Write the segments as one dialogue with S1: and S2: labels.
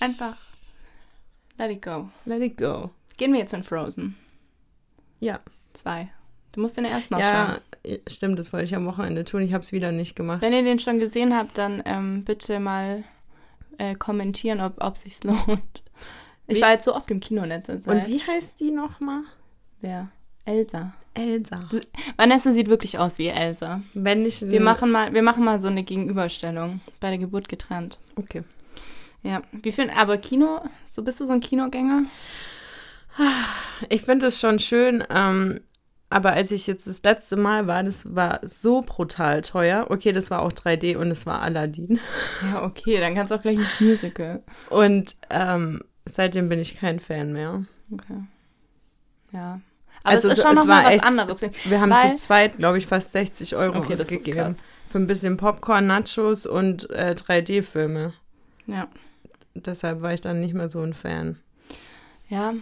S1: Einfach let it go.
S2: Let it go.
S1: Gehen wir jetzt in Frozen.
S2: Ja.
S1: Zwei. Du musst den ersten noch schauen.
S2: ja, stimmt, das wollte ich am Wochenende tun. Ich habe es wieder nicht gemacht.
S1: Wenn ihr den schon gesehen habt, dann ähm, bitte mal äh, kommentieren, ob, ob sich's lohnt. Ich
S2: Wie-
S1: war jetzt so oft im Kino in letzter Zeit.
S2: Und wie heißt die nochmal?
S1: Wer? Elsa.
S2: Elsa.
S1: Vanessa sieht wirklich aus wie Elsa.
S2: Wenn ich.
S1: Wir, machen, mal, wir machen mal so eine Gegenüberstellung. Bei der Geburt getrennt.
S2: Okay.
S1: Ja. Wie viel, aber Kino, so bist du so ein Kinogänger?
S2: Ich finde es schon schön, ähm, aber als ich jetzt das letzte Mal war, das war so brutal teuer. Okay, das war auch 3D und es war Aladdin.
S1: Ja, okay, dann kannst du auch gleich ins Musical.
S2: Und ähm, seitdem bin ich kein Fan mehr.
S1: Okay. Ja. Aber
S2: Also
S1: es ist
S2: es-
S1: schon
S2: es
S1: nochmal
S2: war
S1: was
S2: echt-
S1: anderes.
S2: Wir haben
S1: Weil-
S2: zu zweit, glaube ich, fast 60 Euro
S1: Okay, das ist
S2: ausgegeben.
S1: krass.
S2: Für ein bisschen Popcorn, Nachos und äh, 3D-Filme.
S1: Ja.
S2: Deshalb war ich dann nicht mehr so ein Fan.
S1: Ja.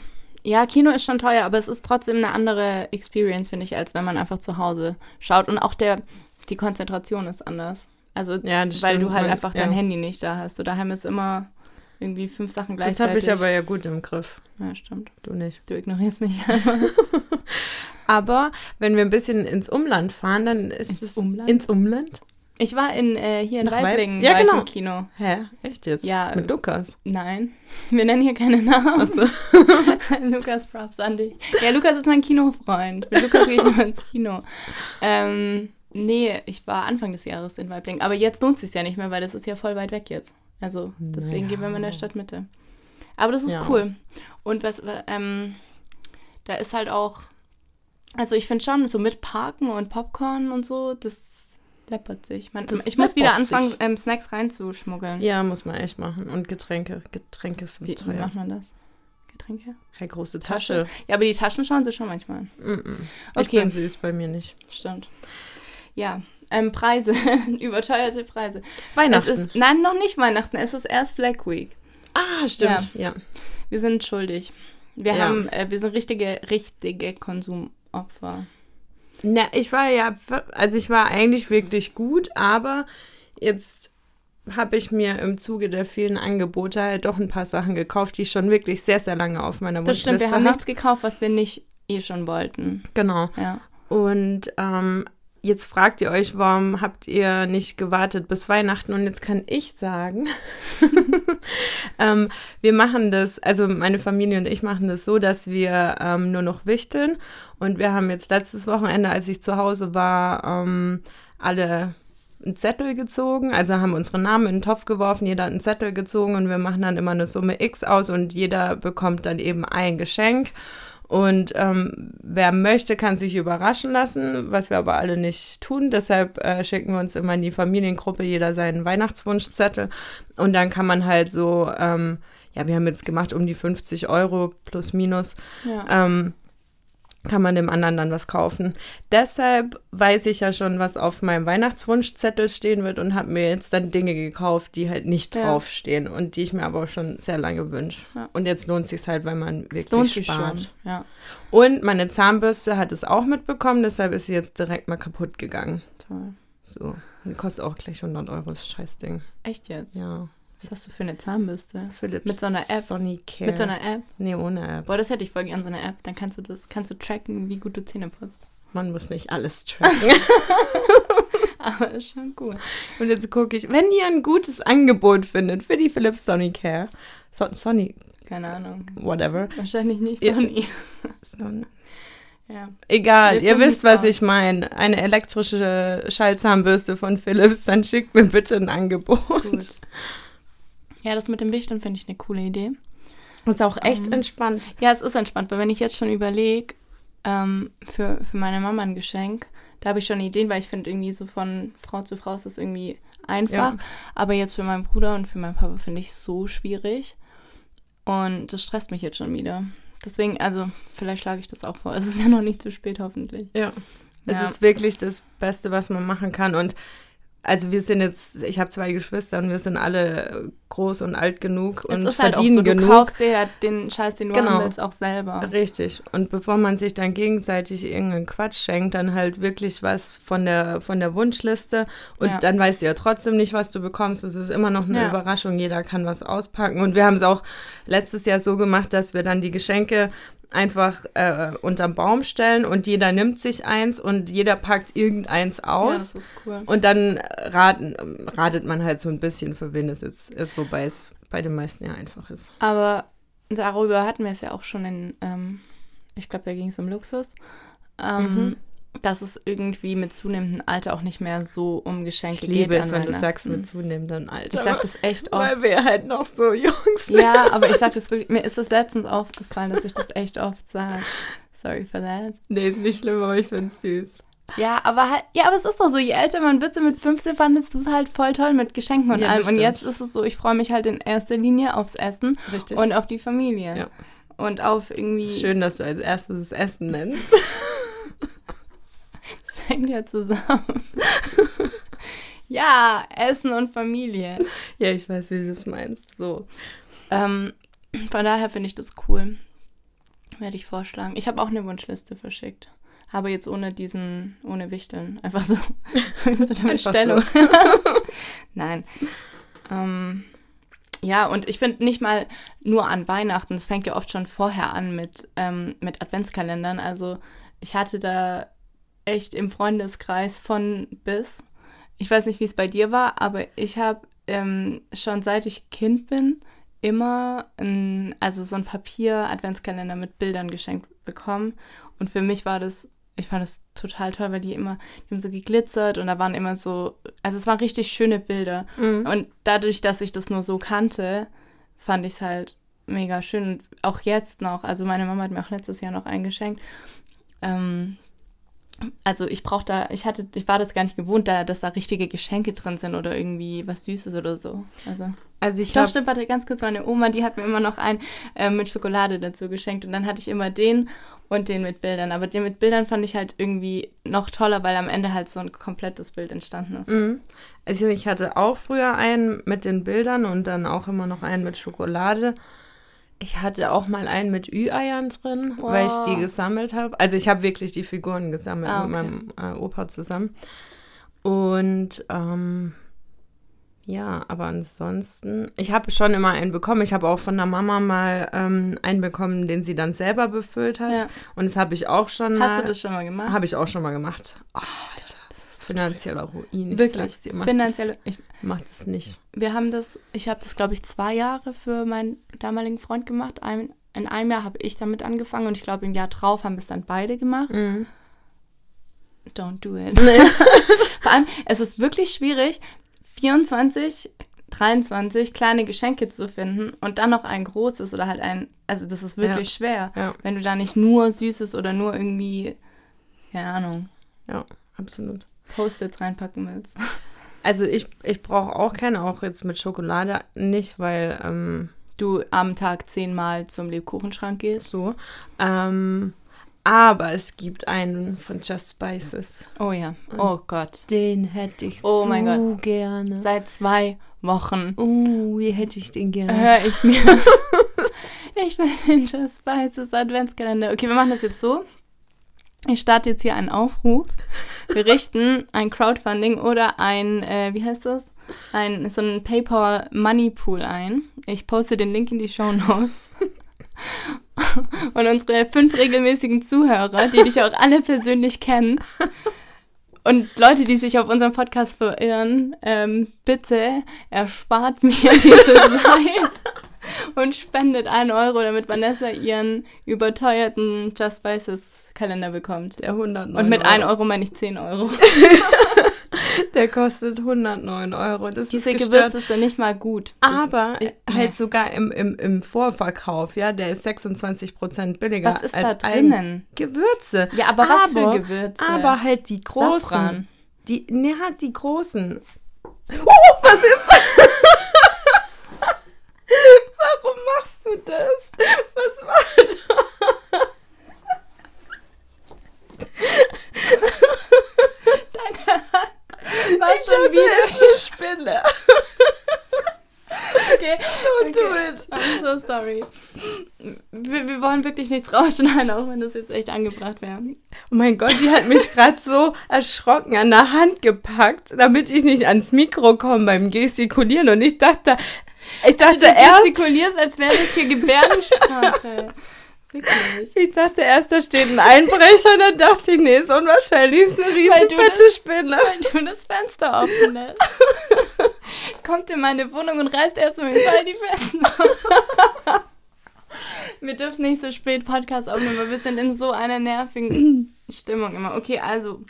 S1: Ja, Kino ist schon teuer, aber es ist trotzdem eine andere Experience, finde ich, als wenn man einfach zu Hause schaut. Und auch der, die Konzentration ist anders. Also,
S2: Ja, das
S1: weil
S2: stimmt.
S1: du halt
S2: Man-
S1: einfach dein
S2: ja.
S1: Handy nicht da hast. So, daheim ist immer irgendwie fünf Sachen
S2: Das
S1: gleichzeitig.
S2: habe ich aber ja gut im Griff.
S1: Ja, stimmt.
S2: Du nicht.
S1: Du ignorierst mich.
S2: Aber wenn wir ein bisschen ins Umland fahren, dann ist
S1: Ins
S2: es.
S1: Umland?
S2: Ins Umland?
S1: Ich war in, äh, hier in
S2: Nach Weib-
S1: Weiblingen
S2: Ja,
S1: war
S2: genau.
S1: ich im Kino.
S2: Hä? Echt jetzt?
S1: Ja,
S2: Mit Lukas.
S1: Nein, wir nennen hier keine Namen. Lukas, Props an dich. Ja, Lukas ist mein Kinofreund. Mit Lukas gehe ich immer ins Kino. Ähm, nee, ich war Anfang des Jahres in Weibling. Aber jetzt lohnt es sich ja nicht mehr, weil das ist ja voll weit weg jetzt. Also deswegen
S2: Naja.
S1: gehen wir mal in der Stadtmitte. Aber das ist
S2: Ja.
S1: cool. Und was, wa- ähm, da ist halt auch, also ich finde schon, so mit Parken und Popcorn und so, das läppert sich. Man,
S2: Das
S1: ich muss wieder
S2: läppert sich.
S1: anfangen, ähm, Snacks reinzuschmuggeln.
S2: Ja, muss man echt machen. Und Getränke. Getränke sind
S1: Wie, wie
S2: teuer.
S1: macht man das? Getränke?
S2: Hey, große Tasche.
S1: Ja, aber die Taschen schauen sie schon manchmal an.
S2: Mm-mm. Ich
S1: Okay.
S2: bin süß, bei mir nicht.
S1: Stimmt. Ja, ähm, Preise, überteuerte Preise.
S2: Weihnachten.
S1: Es ist, nein, noch nicht Weihnachten, es ist erst Black Week.
S2: ah, stimmt. Ja.
S1: Wir sind schuldig. Wir
S2: Ja.
S1: haben, äh, wir sind richtige, richtige Konsumopfer.
S2: Na, ich war ja, also ich war eigentlich wirklich gut, aber jetzt habe ich mir im Zuge der vielen Angebote halt doch ein paar Sachen gekauft, die ich schon wirklich sehr, sehr lange auf meiner
S1: Das
S2: Wunschliste
S1: stimmt, wir haben
S2: hab.
S1: nichts gekauft, was wir nicht eh schon wollten.
S2: Genau.
S1: Ja.
S2: Und ähm, jetzt fragt ihr euch, warum habt ihr nicht gewartet bis Weihnachten? Und jetzt kann ich sagen, ähm, wir machen das, also meine Familie und ich machen das so, dass wir ähm, nur noch wichteln. Und wir haben jetzt letztes Wochenende, als ich zu Hause war, ähm, alle einen Zettel gezogen, also haben unsere Namen in den Topf geworfen, jeder hat einen Zettel gezogen und wir machen dann immer eine Summe X aus und jeder bekommt dann eben ein Geschenk. Und ähm, wer möchte, kann sich überraschen lassen, was wir aber alle nicht tun. Deshalb äh, schicken wir uns immer in die Familiengruppe jeder seinen Weihnachtswunschzettel. Und dann kann man halt so, ähm, ja, wir haben jetzt gemacht um die 50 Euro plus minus,
S1: ja.
S2: ähm, kann man dem anderen dann was kaufen. Deshalb weiß ich ja schon, was auf meinem Weihnachtswunschzettel stehen wird und habe mir jetzt dann Dinge gekauft, die halt nicht
S1: Ja.
S2: draufstehen und die ich mir aber auch schon sehr lange wünsche.
S1: Ja.
S2: Und jetzt lohnt sich halt, weil man wirklich
S1: Es lohnt sich
S2: spart.
S1: schon. Ja,
S2: Und meine Zahnbürste hat es auch mitbekommen, deshalb ist sie jetzt direkt mal kaputt gegangen.
S1: toll.
S2: So, die kostet auch gleich 100 Euro, das Scheißding.
S1: Echt jetzt?
S2: Ja.
S1: Was hast du für eine Zahnbürste?
S2: Philips
S1: Mit so einer App.
S2: Sonicare.
S1: Mit so einer App?
S2: nee, ohne App.
S1: Boah, das hätte ich voll gern, so eine App. Dann kannst du das, kannst du tracken, wie gut du Zähne putzt.
S2: Man muss nicht alles tracken.
S1: Aber ist schon cool.
S2: Und jetzt gucke ich, wenn ihr ein gutes Angebot findet für die Philips Sonicare. So, Sony,
S1: Keine Ahnung.
S2: whatever.
S1: Wahrscheinlich nicht
S2: Ja.
S1: Sony.
S2: Son
S1: Ja.
S2: Egal,
S1: Wir
S2: ihr
S1: finden
S2: wisst, was
S1: raus.
S2: ich meine. Eine elektrische Schallzahnbürste von Philips, dann schickt mir bitte ein Angebot.
S1: Gut. Ja, das mit dem Wichteln finde ich eine coole Idee.
S2: Ist auch echt
S1: Ähm,
S2: entspannt.
S1: Ja, es ist entspannt, weil wenn ich jetzt schon überlege, ähm, für, für meine Mama ein Geschenk, da habe ich schon Ideen, weil ich finde irgendwie so von Frau zu Frau ist das irgendwie einfach.
S2: Ja.
S1: Aber jetzt für meinen Bruder und für meinen Papa finde ich so schwierig. Und das stresst mich jetzt schon wieder. Deswegen, also vielleicht schlage ich das auch vor. Es ist ja noch nicht zu spät, hoffentlich.
S2: Ja. Es
S1: Ja.
S2: ist wirklich das Beste, was man machen kann. Und also wir sind jetzt, ich habe zwei Geschwister und wir sind alle groß und alt genug
S1: Es
S2: und
S1: ist halt auch
S2: verdienen
S1: so, du
S2: genug.
S1: kaufst dir ja den Scheiß, den du
S2: Genau.
S1: haben willst, auch selber.
S2: Richtig. Und bevor man sich dann gegenseitig irgendeinen Quatsch schenkt, dann halt wirklich was von der, von der Wunschliste. Und
S1: Ja.
S2: dann weißt du ja trotzdem nicht, was du bekommst. Es ist immer noch eine
S1: Ja.
S2: Überraschung. Jeder kann was auspacken. Und wir haben es auch letztes Jahr so gemacht, dass wir dann die Geschenke einfach äh, unterm Baum stellen und jeder nimmt sich eins und jeder packt irgendeins
S1: Ja,
S2: aus.
S1: das ist cool.
S2: Und dann raten, ratet man halt so ein bisschen, für wen es jetzt ist, wobei es bei den meisten ja einfach ist.
S1: Aber darüber hatten wir es ja auch schon in, ähm, ich glaube, da ging es um Luxus, ähm,
S2: Mhm.
S1: dass es irgendwie mit zunehmendem Alter auch nicht mehr so um Geschenke
S2: Ich liebe
S1: geht.
S2: es,
S1: an
S2: wenn du
S1: Weihnachten.
S2: sagst, mit zunehmendem Alter.
S1: Mhm. Ich sag das echt oft.
S2: Weil wir halt noch so jung sind.
S1: Ja, aber ich sag das wirklich, mir ist das letztens aufgefallen, dass ich das echt oft sage. Sorry for that.
S2: Nee, ist nicht schlimm, aber ich find's süß.
S1: Ja, aber halt, ja, aber es ist doch so, je älter man wird, so mit 15 fandest du es halt voll toll mit Geschenken und
S2: Ja, das
S1: allem. Und
S2: stimmt.
S1: jetzt ist es so, ich freue mich halt in erster Linie aufs Essen
S2: Richtig. Und
S1: und auf die Familie.
S2: Ja.
S1: Und auf irgendwie,
S2: Schön, dass du als erstes das Essen nennst.
S1: das hängt ja zusammen. ja, Essen und Familie.
S2: ja, ich weiß, wie du es meinst. So.
S1: Ähm, von daher finde ich das cool. Werde ich vorschlagen. Ich habe auch eine Wunschliste verschickt. Aber jetzt ohne diesen, ohne Wichteln. Einfach so. so eine
S2: Einfach
S1: Bestellung. Nein. Ähm, ja, und ich finde nicht mal nur an Weihnachten. Es fängt ja oft schon vorher an mit, ähm, mit Adventskalendern. Also ich hatte da echt im Freundeskreis von bis. Ich weiß nicht, wie es bei dir war, aber ich habe ähm, schon seit ich Kind bin immer ein, also so ein Papier-Adventskalender mit Bildern geschenkt bekommen. Und für mich war das, ich fand das total toll, weil die immer, die haben so geglitzert und da waren immer so, also es waren richtig schöne Bilder. Und dadurch, dass ich das nur so kannte, fand ich es halt mega schön. Und auch jetzt noch, also meine Mama hat mir auch letztes Jahr noch eingeschenkt. Ähm, also ich brauch da, ich hatte, ich war das gar nicht gewohnt, da, dass da richtige Geschenke drin sind oder irgendwie was Süßes oder so. Also
S2: Also ich
S1: doch,
S2: glaube,
S1: stimmt, warte, ganz kurz, meine Oma, die hat mir immer noch einen äh, mit Schokolade dazu geschenkt und dann hatte ich immer den und den mit Bildern. Aber den mit Bildern fand ich halt irgendwie noch toller, weil am Ende halt so ein komplettes Bild entstanden ist.
S2: also ich hatte auch früher einen mit den Bildern und dann auch immer noch einen mit Schokolade. Ich hatte auch mal einen mit Ü-Eiern drin, weil ich die
S1: Wow.
S2: gesammelt habe. Also ich habe wirklich die Figuren gesammelt
S1: Ah,
S2: mit
S1: okay.
S2: meinem äh, Opa zusammen. Und ähm, ja, aber ansonsten, ich habe schon immer einen bekommen. Ich habe auch von der Mama mal ähm, einen bekommen, den sie dann selber befüllt hat.
S1: Ja.
S2: Und das habe ich auch schon
S1: Hast
S2: mal.
S1: du das schon mal gemacht?
S2: Habe ich auch schon mal gemacht. Oh, Ah. Alter, das ist finanzieller Ruin. ich
S1: Wirklich,
S2: sag's dir, macht
S1: finanzielle.
S2: Das,
S1: Ich,
S2: macht es nicht.
S1: wir haben das, ich habe das, glaube ich, zwei Jahre für meinen damaligen Freund gemacht. Ein, in einem Jahr habe ich damit angefangen und ich glaube, im Jahr drauf haben es dann beide gemacht. Don't do it. Vor allem, es ist wirklich schwierig, 24, 23 kleine Geschenke zu finden und dann noch ein großes oder halt ein, also das ist wirklich schwer,
S2: Ja,
S1: wenn du da nicht nur Süßes oder nur irgendwie, keine Ahnung,
S2: ja, absolut.
S1: Post-its reinpacken willst.
S2: Also ich, ich brauche auch keine, auch jetzt mit Schokolade nicht, weil ähm,
S1: Du am Tag zehnmal zum Lebkuchenschrank gehst.
S2: so. Ähm, aber es gibt einen von Just Spices.
S1: Oh ja, oh Gott.
S2: Den hätte ich
S1: Oh
S2: so
S1: mein
S2: gerne.
S1: Seit zwei Wochen
S2: Oh, wie hätte ich den gerne.
S1: höre ich mir. ich will den Just Spices Adventskalender. Okay, wir machen das jetzt so. Ich starte jetzt hier einen Aufruf. Wir richten ein Crowdfunding oder ein, äh, wie heißt das? Ein, so einen PayPal Money Pool ein. Ich poste den Link in die Show Notes. Und unsere fünf regelmäßigen Zuhörer, die dich auch alle persönlich kennen, und Leute, die sich auf unserem Podcast verirren, ähm, bitte erspart mir dieses Leid und spendet einen Euro, damit Vanessa ihren überteuerten Just Spices Kalender bekommt.
S2: Der 109
S1: Und mit
S2: Euro.
S1: 1 Euro meine ich 10 Euro.
S2: Der kostet 109 Euro. Das
S1: Diese
S2: ist gestört.
S1: Gewürze sind nicht mal gut.
S2: Aber
S1: ich-
S2: halt sogar im, im, im Vorverkauf, ja, der ist 26% billiger
S1: Was ist da
S2: als
S1: drinnen?
S2: Alm- Gewürze.
S1: Ja, aber was für Gewürze?
S2: Aber halt die großen.
S1: Safran.
S2: Die, ne, hat die großen. Oh, was ist das? Warum machst du das? Was war
S1: Deine Hand war
S2: Ich
S1: schon wieder.
S2: ist eine Spinne.
S1: Okay.
S2: Don't do
S1: okay.
S2: it.
S1: I'm so Also, sorry. Wir, wir wollen wirklich nichts rausschneiden, auch wenn das jetzt echt angebracht wäre.
S2: Oh mein Gott, die hat mich gerade so erschrocken an der Hand gepackt, damit ich nicht ans Mikro komme beim Gestikulieren. Und ich dachte, ich
S1: Du
S2: dachte erst,
S1: gestikulierst, als wäre das hier Gebärdensprache. Wirklich.
S2: ich dachte erst, da steht ein Einbrecher. Und dann dachte ich, nee, ist unwahrscheinlich, ist eine
S1: Weil du
S2: riesenfette
S1: das-
S2: Spinne.
S1: Weil du das Fenster offen lässt. Kommt in meine Wohnung und reißt erstmal mit all die Fenster auf. Wir dürfen nicht so spät Podcast aufnehmen, weil wir sind in so einer nervigen Stimmung immer. Okay, also,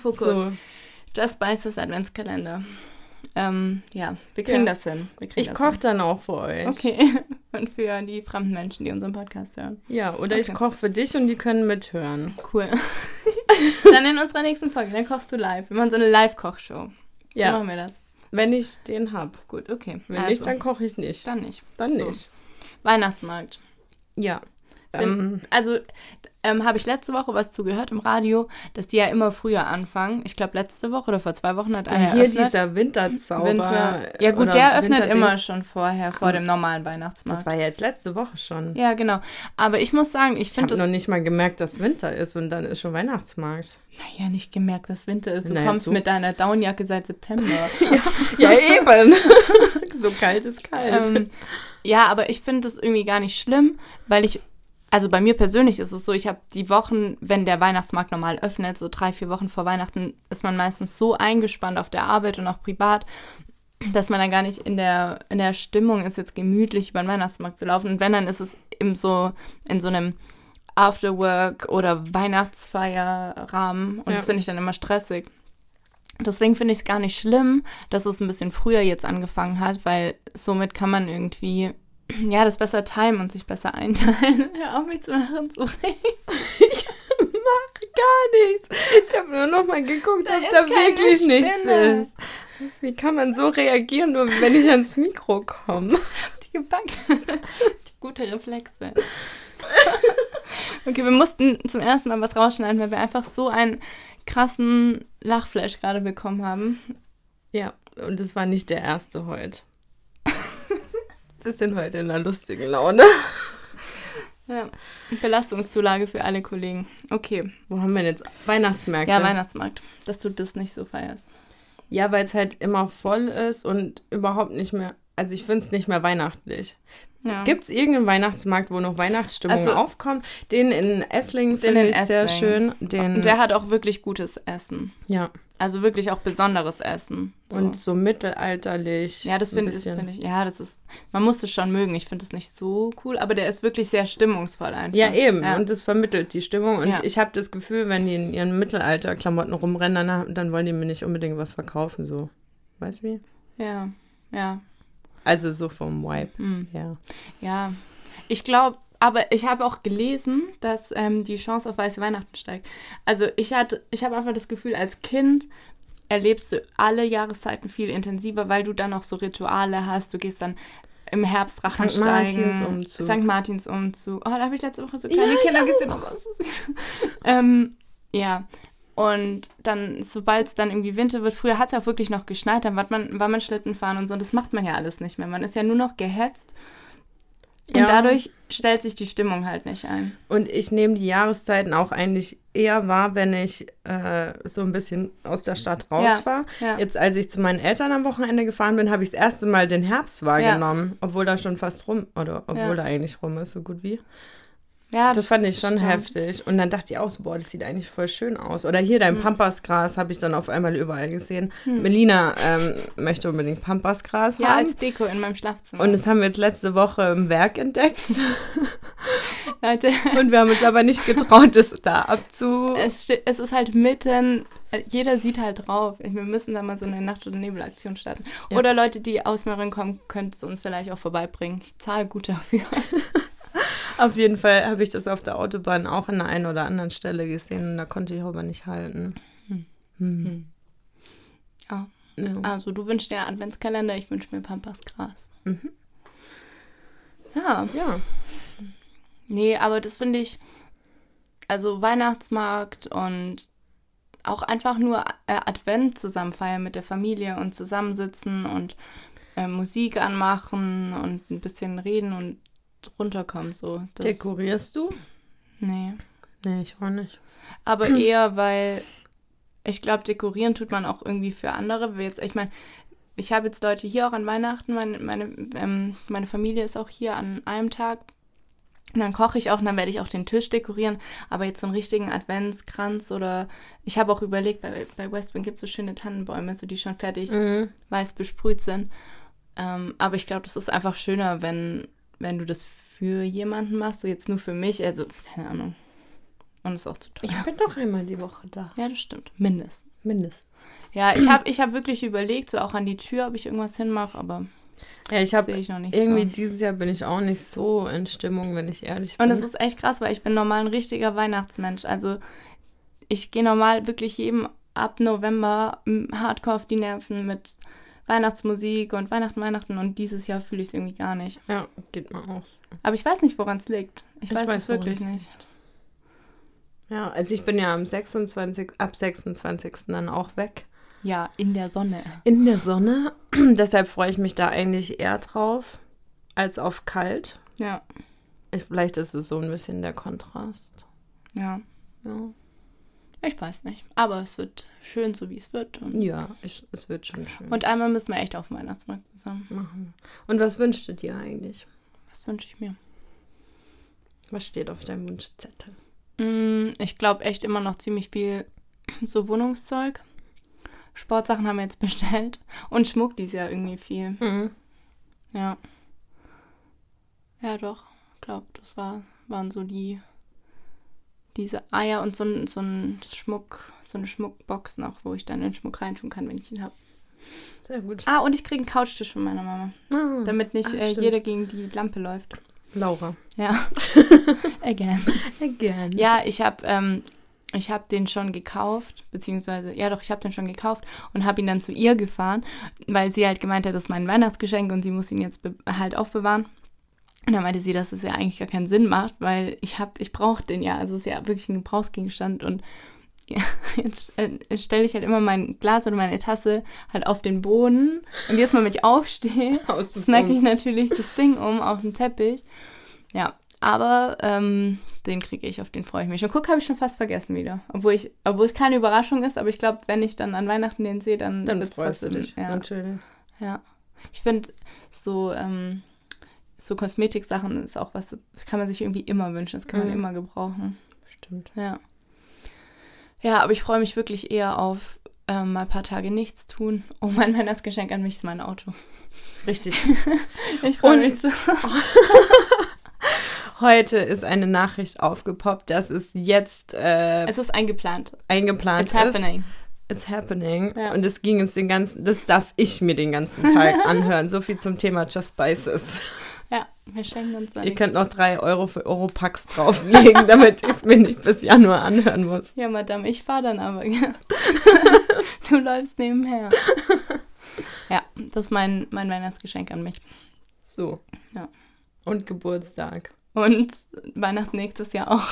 S1: Fokus.
S2: So,
S1: Just Spices Adventskalender. Ähm, ja, wir kriegen
S2: Ja.
S1: das hin. Wir kriegen
S2: ich
S1: das
S2: koche dann auch für euch.
S1: hin. Okay. Und für die fremden Menschen, die unseren Podcast hören.
S2: Ja, oder ich
S1: Okay.
S2: koche für dich und die können mithören.
S1: Cool. dann in unserer nächsten Folge, dann kochst du live. Wir machen so eine Live-Kochshow. So
S2: Ja,
S1: machen wir das.
S2: wenn ich den habe.
S1: Gut, okay.
S2: Wenn
S1: also,
S2: nicht, dann koche ich nicht.
S1: dann nicht.
S2: Dann
S1: So.
S2: nicht.
S1: Weihnachtsmarkt.
S2: Ja. Ähm,
S1: Bin- Also ähm, habe ich letzte Woche was zugehört im Radio, dass die ja immer früher anfangen. Ich glaube, letzte Woche oder vor zwei Wochen hat einer
S2: ja, hier
S1: eröffnet.
S2: dieser Winterzauber.
S1: Winter. Ja gut,
S2: oder
S1: der öffnet
S2: Winterdings.
S1: immer schon vorher, vor dem normalen Weihnachtsmarkt.
S2: Das war ja jetzt letzte Woche schon.
S1: Ja, genau. Aber ich muss sagen, ich
S2: Ich
S1: finde
S2: habe
S1: es.
S2: noch nicht mal gemerkt, dass Winter ist und dann ist schon Weihnachtsmarkt.
S1: Naja, nicht gemerkt, dass Winter ist. Du
S2: Naja,
S1: kommst
S2: so-
S1: mit deiner Downjacke seit September.
S2: Ja, eben. so kalt ist kalt.
S1: ähm, ja, aber ich finde das irgendwie gar nicht schlimm, weil ich. Also bei mir persönlich ist es so, ich habe die Wochen, wenn der Weihnachtsmarkt normal öffnet, so drei, vier Wochen vor Weihnachten, ist man meistens so eingespannt auf der Arbeit und auch privat, dass man dann gar nicht in der, in der Stimmung ist, jetzt gemütlich über den Weihnachtsmarkt zu laufen. Und wenn, dann ist es eben so in so einem Afterwork oder Weihnachtsfeierrahmen. Und
S2: Ja.
S1: das finde ich dann immer stressig. Deswegen finde ich es gar nicht schlimm, dass es ein bisschen früher jetzt angefangen hat, weil somit kann man irgendwie ja das besser timen und sich besser einteilen. Hör auf mich zu machen, zu reden.
S2: ich mache gar nichts. Ich habe nur noch mal geguckt,
S1: Da
S2: ob
S1: ist
S2: da
S1: keine
S2: wirklich nichts
S1: Spinne.
S2: ist. Wie kann man so reagieren, nur wenn ich ans Mikro komme?
S1: Die gepackt. Gute Reflexe. okay, wir mussten zum ersten Mal was rausschneiden, weil wir einfach so einen krassen Lachflash gerade bekommen haben.
S2: Ja, und es war nicht der erste heute. Wir sind heute in einer lustigen Laune.
S1: Ja. Belastungszulage für alle Kollegen. Okay.
S2: Wo haben wir denn jetzt Weihnachtsmärkte?
S1: Ja, Weihnachtsmarkt. Dass du das nicht so feierst.
S2: Ja, weil es halt immer voll ist und überhaupt nicht mehr. Also ich finde es nicht mehr weihnachtlich.
S1: Ja.
S2: Gibt es irgendeinen Weihnachtsmarkt, wo noch Weihnachtsstimmung
S1: Also-
S2: aufkommt? Den in Esslingen
S1: Den
S2: finde
S1: in
S2: ich sehr
S1: Esslingen.
S2: schön. Den,
S1: Und der hat auch wirklich gutes Essen.
S2: ja.
S1: Also wirklich auch besonderes Essen. So.
S2: Und so mittelalterlich.
S1: ja, das
S2: ein
S1: finde ich,
S2: bisschen.
S1: finde ich, ja, das ist, man muss es schon mögen. Ich finde es nicht so cool, aber der ist wirklich sehr stimmungsvoll einfach.
S2: Ja, eben.
S1: Ja.
S2: Und das vermittelt die Stimmung. Und
S1: Ja.
S2: ich habe das Gefühl, wenn die in ihren Mittelalterklamotten rumrennen, dann, dann wollen die mir nicht unbedingt was verkaufen. So. Weißt du wie?
S1: ja, ja,
S2: Also so vom Vibe.
S1: hm.
S2: Ja.
S1: ja. Ich glaube, aber ich habe auch gelesen, dass ähm, die Chance auf weiße Weihnachten steigt. Also ich hatte, ich habe einfach das Gefühl, als Kind erlebst du alle Jahreszeiten viel intensiver, weil du dann auch so Rituale hast. Du gehst dann im Herbst Drachen
S2: Sankt
S1: steigen.
S2: Martinsumzug.
S1: St. Martins Umzug. Oh, da habe ich letzte Woche so
S2: Ja,
S1: kleine
S2: ich
S1: Kinder gesehen. Oh, so süß. ähm, ja. Und dann, sobald es dann irgendwie Winter wird, früher hat es ja auch wirklich noch geschneit, dann war man, war man Schlitten fahren und so. Und das macht man ja alles nicht mehr. Man ist ja nur noch gehetzt.
S2: Ja.
S1: Und dadurch stellt sich die Stimmung halt nicht ein.
S2: Und ich nehme die Jahreszeiten auch eigentlich eher wahr, wenn ich äh, so ein bisschen aus der Stadt raus
S1: Ja,
S2: war.
S1: ja.
S2: Jetzt, als ich zu meinen Eltern am Wochenende gefahren bin, habe ich das erste Mal den Herbst wahrgenommen, obwohl da schon fast rum, oder obwohl
S1: Ja.
S2: da eigentlich rum ist, so gut wie.
S1: Ja,
S2: Das fand ich schon
S1: stimmt.
S2: heftig. Und dann dachte ich auch so, boah, das sieht eigentlich voll schön aus. Oder hier
S1: Hm.
S2: dein Pampasgras habe ich dann auf einmal überall gesehen. Melina ähm, möchte unbedingt Pampasgras
S1: Ja,
S2: haben.
S1: als Deko in meinem Schlafzimmer.
S2: und das haben wir jetzt letzte Woche im Werk entdeckt.
S1: Leute,
S2: Und wir haben uns aber nicht getraut, das da abzu...
S1: es, ste- es ist halt mitten, jeder sieht halt drauf. Wir müssen da mal so eine Nacht- oder Nebelaktion starten.
S2: Ja.
S1: Oder Leute, die aus Möhringen kommen, könnt es uns vielleicht auch vorbeibringen. Ich zahle gut dafür.
S2: Auf jeden Fall habe ich das auf der Autobahn auch an der einen oder anderen Stelle gesehen und da konnte ich aber nicht halten. Hm. Ah.
S1: Ja.
S2: Ja.
S1: Also du wünschst dir einen Adventskalender, ich wünsche mir Pampas Gras. Ja,
S2: ja.
S1: nee, aber das finde ich, also Weihnachtsmarkt und auch einfach nur äh, Advent zusammen feiern mit der Familie und zusammensitzen und äh, Musik anmachen und ein bisschen reden und runterkommen. So. Das,
S2: Dekorierst du?
S1: nee.
S2: Nee, ich auch nicht.
S1: Aber eher, weil ich glaube, dekorieren tut man auch irgendwie für andere. Weil Jetzt, ich meine, ich habe jetzt Leute hier auch an Weihnachten, meine, meine, ähm, meine Familie ist auch hier an einem Tag. Und dann koche ich auch und dann werde ich auch den Tisch dekorieren. Aber jetzt so einen richtigen Adventskranz oder ich habe auch überlegt, bei, bei Westwing gibt es so schöne Tannenbäume, so die schon fertig
S2: Mhm.
S1: weiß besprüht sind. Ähm, aber ich glaube, das ist einfach schöner, wenn, wenn du das für jemanden machst, so jetzt nur für mich. Also, keine Ahnung. Und ist auch zu teuer.
S2: Ich bin doch einmal die Woche da.
S1: Ja, das stimmt. Mindestens.
S2: Mindestens.
S1: Ja, ich habe ich hab wirklich überlegt, so auch an die Tür, ob ich irgendwas hinmache, aber
S2: Ja, ich
S1: sehe
S2: habe
S1: ich noch nicht
S2: irgendwie
S1: so.
S2: dieses Jahr bin ich auch nicht so in Stimmung, wenn ich ehrlich bin.
S1: Und das ist echt krass, weil ich bin normal ein richtiger Weihnachtsmensch. Also ich gehe normal wirklich jedem ab November m, hardcore auf die Nerven mit Weihnachtsmusik und Weihnachten, Weihnachten und dieses Jahr fühle ich es irgendwie gar nicht.
S2: ja, geht mal aus.
S1: Aber ich weiß nicht, woran es liegt. Ich,
S2: Ich
S1: weiß,
S2: weiß,
S1: es wirklich
S2: woran's
S1: nicht.
S2: Ja, also ich bin ja am 26. ab 26. dann auch weg.
S1: Ja, in der Sonne.
S2: In der Sonne. Deshalb freue ich mich da eigentlich eher drauf als auf kalt.
S1: Ja,
S2: Ich, vielleicht ist es so ein bisschen der Kontrast.
S1: ja.
S2: Ja,
S1: Ich weiß nicht. Aber es wird schön, so wie es wird. Und,
S2: ja ich, es wird schon schön.
S1: und einmal müssen wir echt auf den Weihnachtsmarkt zusammen.
S2: machen. Und was wünschst du dir eigentlich?
S1: Was wünsche ich mir?
S2: Was steht auf deinem Wunschzettel?
S1: Mm, Ich glaube echt immer noch ziemlich viel so Wohnungszeug. Sportsachen haben wir jetzt bestellt. Und Schmuck dies Jahr irgendwie viel. Ja. Ja, doch. Ich glaube, das war, waren so die. Diese Eier und so ein, so ein Schmuck, so eine Schmuckbox noch, wo ich dann den Schmuck reintun kann, wenn ich ihn habe.
S2: Sehr gut.
S1: Ah, und ich kriege einen Couchtisch von meiner Mama, damit nicht
S2: Ah,
S1: äh,
S2: stimmt.
S1: jeder gegen die Lampe läuft.
S2: Laura.
S1: Ja. Again.
S2: Again. Ja.
S1: Ja, ich habe ähm, ich hab den schon gekauft, beziehungsweise, ja doch, ich habe den schon gekauft und habe ihn dann zu ihr gefahren, weil sie halt gemeint hat, das ist mein Weihnachtsgeschenk und sie muss ihn jetzt be- halt aufbewahren. Und dann meinte sie, dass es ja eigentlich gar keinen Sinn macht, weil ich hab, ich brauche den ja. Also es ist ja wirklich ein Gebrauchsgegenstand und ja, jetzt äh, stelle ich halt immer mein Glas oder meine Tasse halt auf den Boden und jedes Mal, wenn ich aufstehe,
S2: Aus dem
S1: snacke ich natürlich das Ding um auf den Teppich. Ja, aber ähm, den kriege ich, auf den freue ich mich. Und guck, habe ich schon fast vergessen wieder. Obwohl, ich, obwohl es keine Überraschung ist, aber ich glaube, wenn ich dann an Weihnachten den sehe, dann,
S2: Dann
S1: wird's
S2: freust du
S1: trotzdem-
S2: dich.
S1: Ja,
S2: Natürlich.
S1: ja. Ich finde, so, ähm, so Kosmetiksachen ist auch was, das kann man sich irgendwie immer wünschen, das kann man
S2: Mhm.
S1: immer gebrauchen.
S2: Stimmt.
S1: Ja. Ja, aber ich freue mich wirklich eher auf ähm, mal ein paar Tage nichts tun. Oh, mein Weihnachtsgeschenk an mich ist mein Auto.
S2: Richtig.
S1: Ich freue
S2: Und-
S1: mich so.
S2: Heute ist eine Nachricht aufgepoppt, dass es jetzt äh,
S1: Es ist eingeplant.
S2: eingeplant
S1: It's happening.
S2: ist. It's happening.
S1: Ja.
S2: Und es ging jetzt den ganzen, das darf ich mir den ganzen Tag anhören. So viel zum Thema Just Spices.
S1: Ja, wir schenken uns da
S2: Ihr
S1: nichts.
S2: könnt noch drei Euro für Europacks drauflegen, damit ich es mir nicht bis Januar anhören muss.
S1: Ja, Madame, ich fahre dann aber. gell? du läufst nebenher. Ja, das ist mein, mein Weihnachtsgeschenk an mich.
S2: So.
S1: Ja.
S2: Und Geburtstag.
S1: Und Weihnachten nächstes Jahr auch.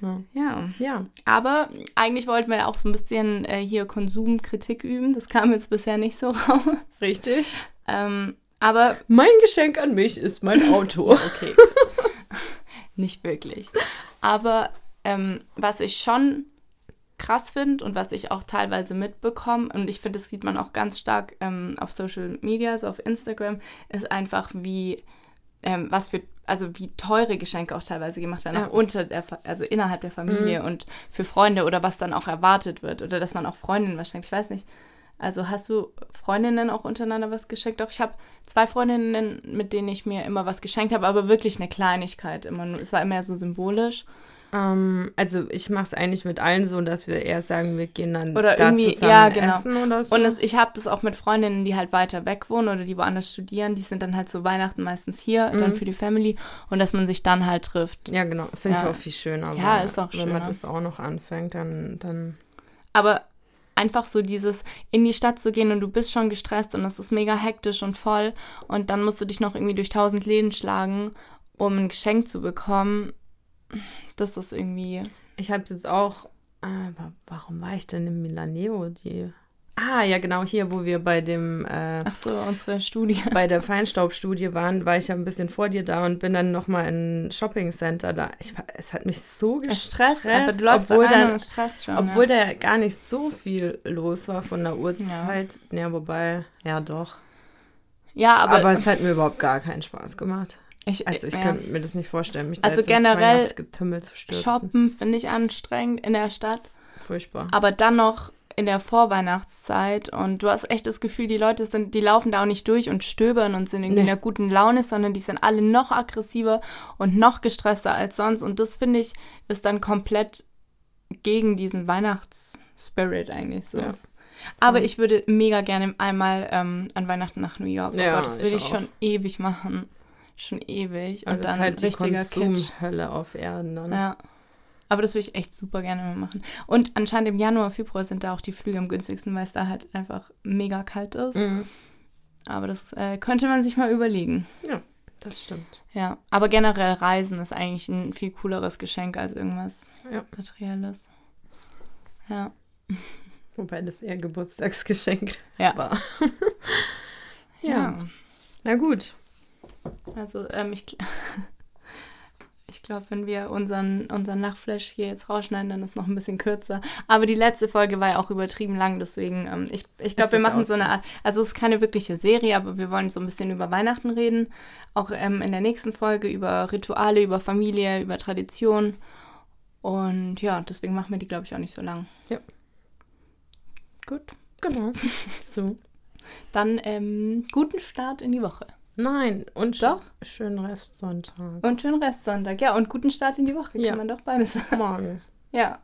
S2: Genau.
S1: Ja,
S2: Ja.
S1: aber eigentlich wollten wir ja auch so ein bisschen äh, hier Konsumkritik üben. Das kam jetzt bisher nicht so raus.
S2: Richtig.
S1: Ähm, aber
S2: Mein Geschenk an mich ist mein Auto.
S1: okay. Nicht wirklich. Aber ähm, was ich schon krass finde und was ich auch teilweise mitbekomme, und ich finde, das sieht man auch ganz stark ähm, auf Social Media, so auf Instagram, ist einfach, wie ähm, was für, also wie teure Geschenke auch teilweise gemacht werden,
S2: Ja.
S1: auch unter der, Fa- also innerhalb der Familie und für Freunde oder was dann auch erwartet wird oder dass man auch Freundinnen was schenkt, ich weiß nicht. Also hast du Freundinnen auch untereinander was geschenkt? Doch, ich habe zwei Freundinnen, mit denen ich mir immer was geschenkt habe, aber wirklich eine Kleinigkeit. Immer nur, es war immer so symbolisch.
S2: Ähm, also ich mache es eigentlich mit allen so, dass wir eher sagen, wir gehen dann
S1: Oder
S2: da
S1: irgendwie-
S2: zusammen
S1: ja, genau.
S2: essen oder so.
S1: Und es, ich habe das auch mit Freundinnen, die halt weiter weg wohnen oder die woanders studieren, die sind dann halt so Weihnachten meistens hier, dann für die Family und dass man sich dann halt trifft.
S2: ja, genau. Finde ich
S1: Ja.
S2: auch viel schöner.
S1: Ja,
S2: aber
S1: ist auch
S2: Wenn man
S1: schöner.
S2: das auch noch anfängt, dann, dann
S1: Aber einfach so dieses in die Stadt zu gehen und du bist schon gestresst und es ist mega hektisch und voll und dann musst du dich noch irgendwie durch tausend Läden schlagen, um ein Geschenk zu bekommen. Das ist irgendwie
S2: Ich habe jetzt auch Aber warum war ich denn im Milaneo? Die. Ah, ja, genau hier, wo wir bei dem äh,
S1: Ach so, unsere Studie.
S2: bei der Feinstaubstudie waren, war ich ja ein bisschen vor dir da und bin dann nochmal in ein Shoppingcenter da. Ich, war- es hat mich so
S1: Es
S2: gestresst,
S1: stresst, aber du läufst
S2: obwohl,
S1: alleine
S2: dann,
S1: und es stresst schon.
S2: obwohl
S1: ja.
S2: da gar nicht so viel los war von der Uhrzeit. Ja, wobei, ja doch.
S1: ja, aber,
S2: Aber, es hat mir überhaupt gar keinen Spaß gemacht.
S1: ich,
S2: Also ich
S1: ja.
S2: kann mir das nicht vorstellen, mich da
S1: Also
S2: jetzt ins
S1: generell
S2: Weihnachtsgetümmel zu stürzen.
S1: Shoppen finde ich anstrengend in der Stadt,
S2: Furchtbar.
S1: aber dann noch in der Vorweihnachtszeit und du hast echt das Gefühl, die Leute sind, die laufen da auch nicht durch und stöbern und sind irgendwie in
S2: Nee.
S1: einer guten Laune, sondern die sind alle noch aggressiver und noch gestresster als sonst und das finde ich ist dann komplett gegen diesen Weihnachtsspirit eigentlich so.
S2: Ja. Mhm.
S1: Aber ich würde mega gerne einmal ähm, an Weihnachten nach New York. Oh
S2: Ja,
S1: Gott, das
S2: ich
S1: würde ich,
S2: auch.
S1: schon ewig machen. Schon ewig.
S2: Aber
S1: Und
S2: das
S1: dann
S2: ist halt die
S1: richtiger Kitsch.
S2: Konsumhölle auf Erden dann.
S1: Ja. Aber das würde ich echt super gerne mal machen. Und anscheinend im Januar, Februar sind da auch die Flüge am günstigsten, weil es da halt einfach mega kalt ist.
S2: Mhm.
S1: Aber das äh, könnte man sich mal überlegen.
S2: Das stimmt.
S1: Ja. Aber generell Reisen ist eigentlich ein viel cooleres Geschenk als irgendwas
S2: Ja.
S1: Materielles. Ja.
S2: Wobei das eher Geburtstagsgeschenk
S1: Ja.
S2: war. ja. Na gut.
S1: Also ähm, ich, gl- ich glaube, wenn wir unseren, unseren Nachflash hier jetzt rausschneiden, dann ist noch ein bisschen kürzer. Aber die letzte Folge war ja auch übertrieben lang, deswegen, ähm, ich, ich glaube,
S2: Ist
S1: wir
S2: das
S1: machen so eine Art, also es ist keine wirkliche Serie, aber wir wollen so ein bisschen über Weihnachten reden. Auch ähm, in der nächsten Folge über Rituale, über Familie, über Tradition. Und ja, deswegen machen wir die, glaube ich, auch nicht so lang.
S2: Ja.
S1: Gut.
S2: Genau. so.
S1: Dann ähm, guten Start in die Woche.
S2: Nein, und sch
S1: Doch.
S2: schönen Restsonntag.
S1: Und schönen Restsonntag. Ja, und guten Start in die Woche.
S2: Ja.
S1: Kann man doch beides sagen.
S2: Morgen.
S1: Ja.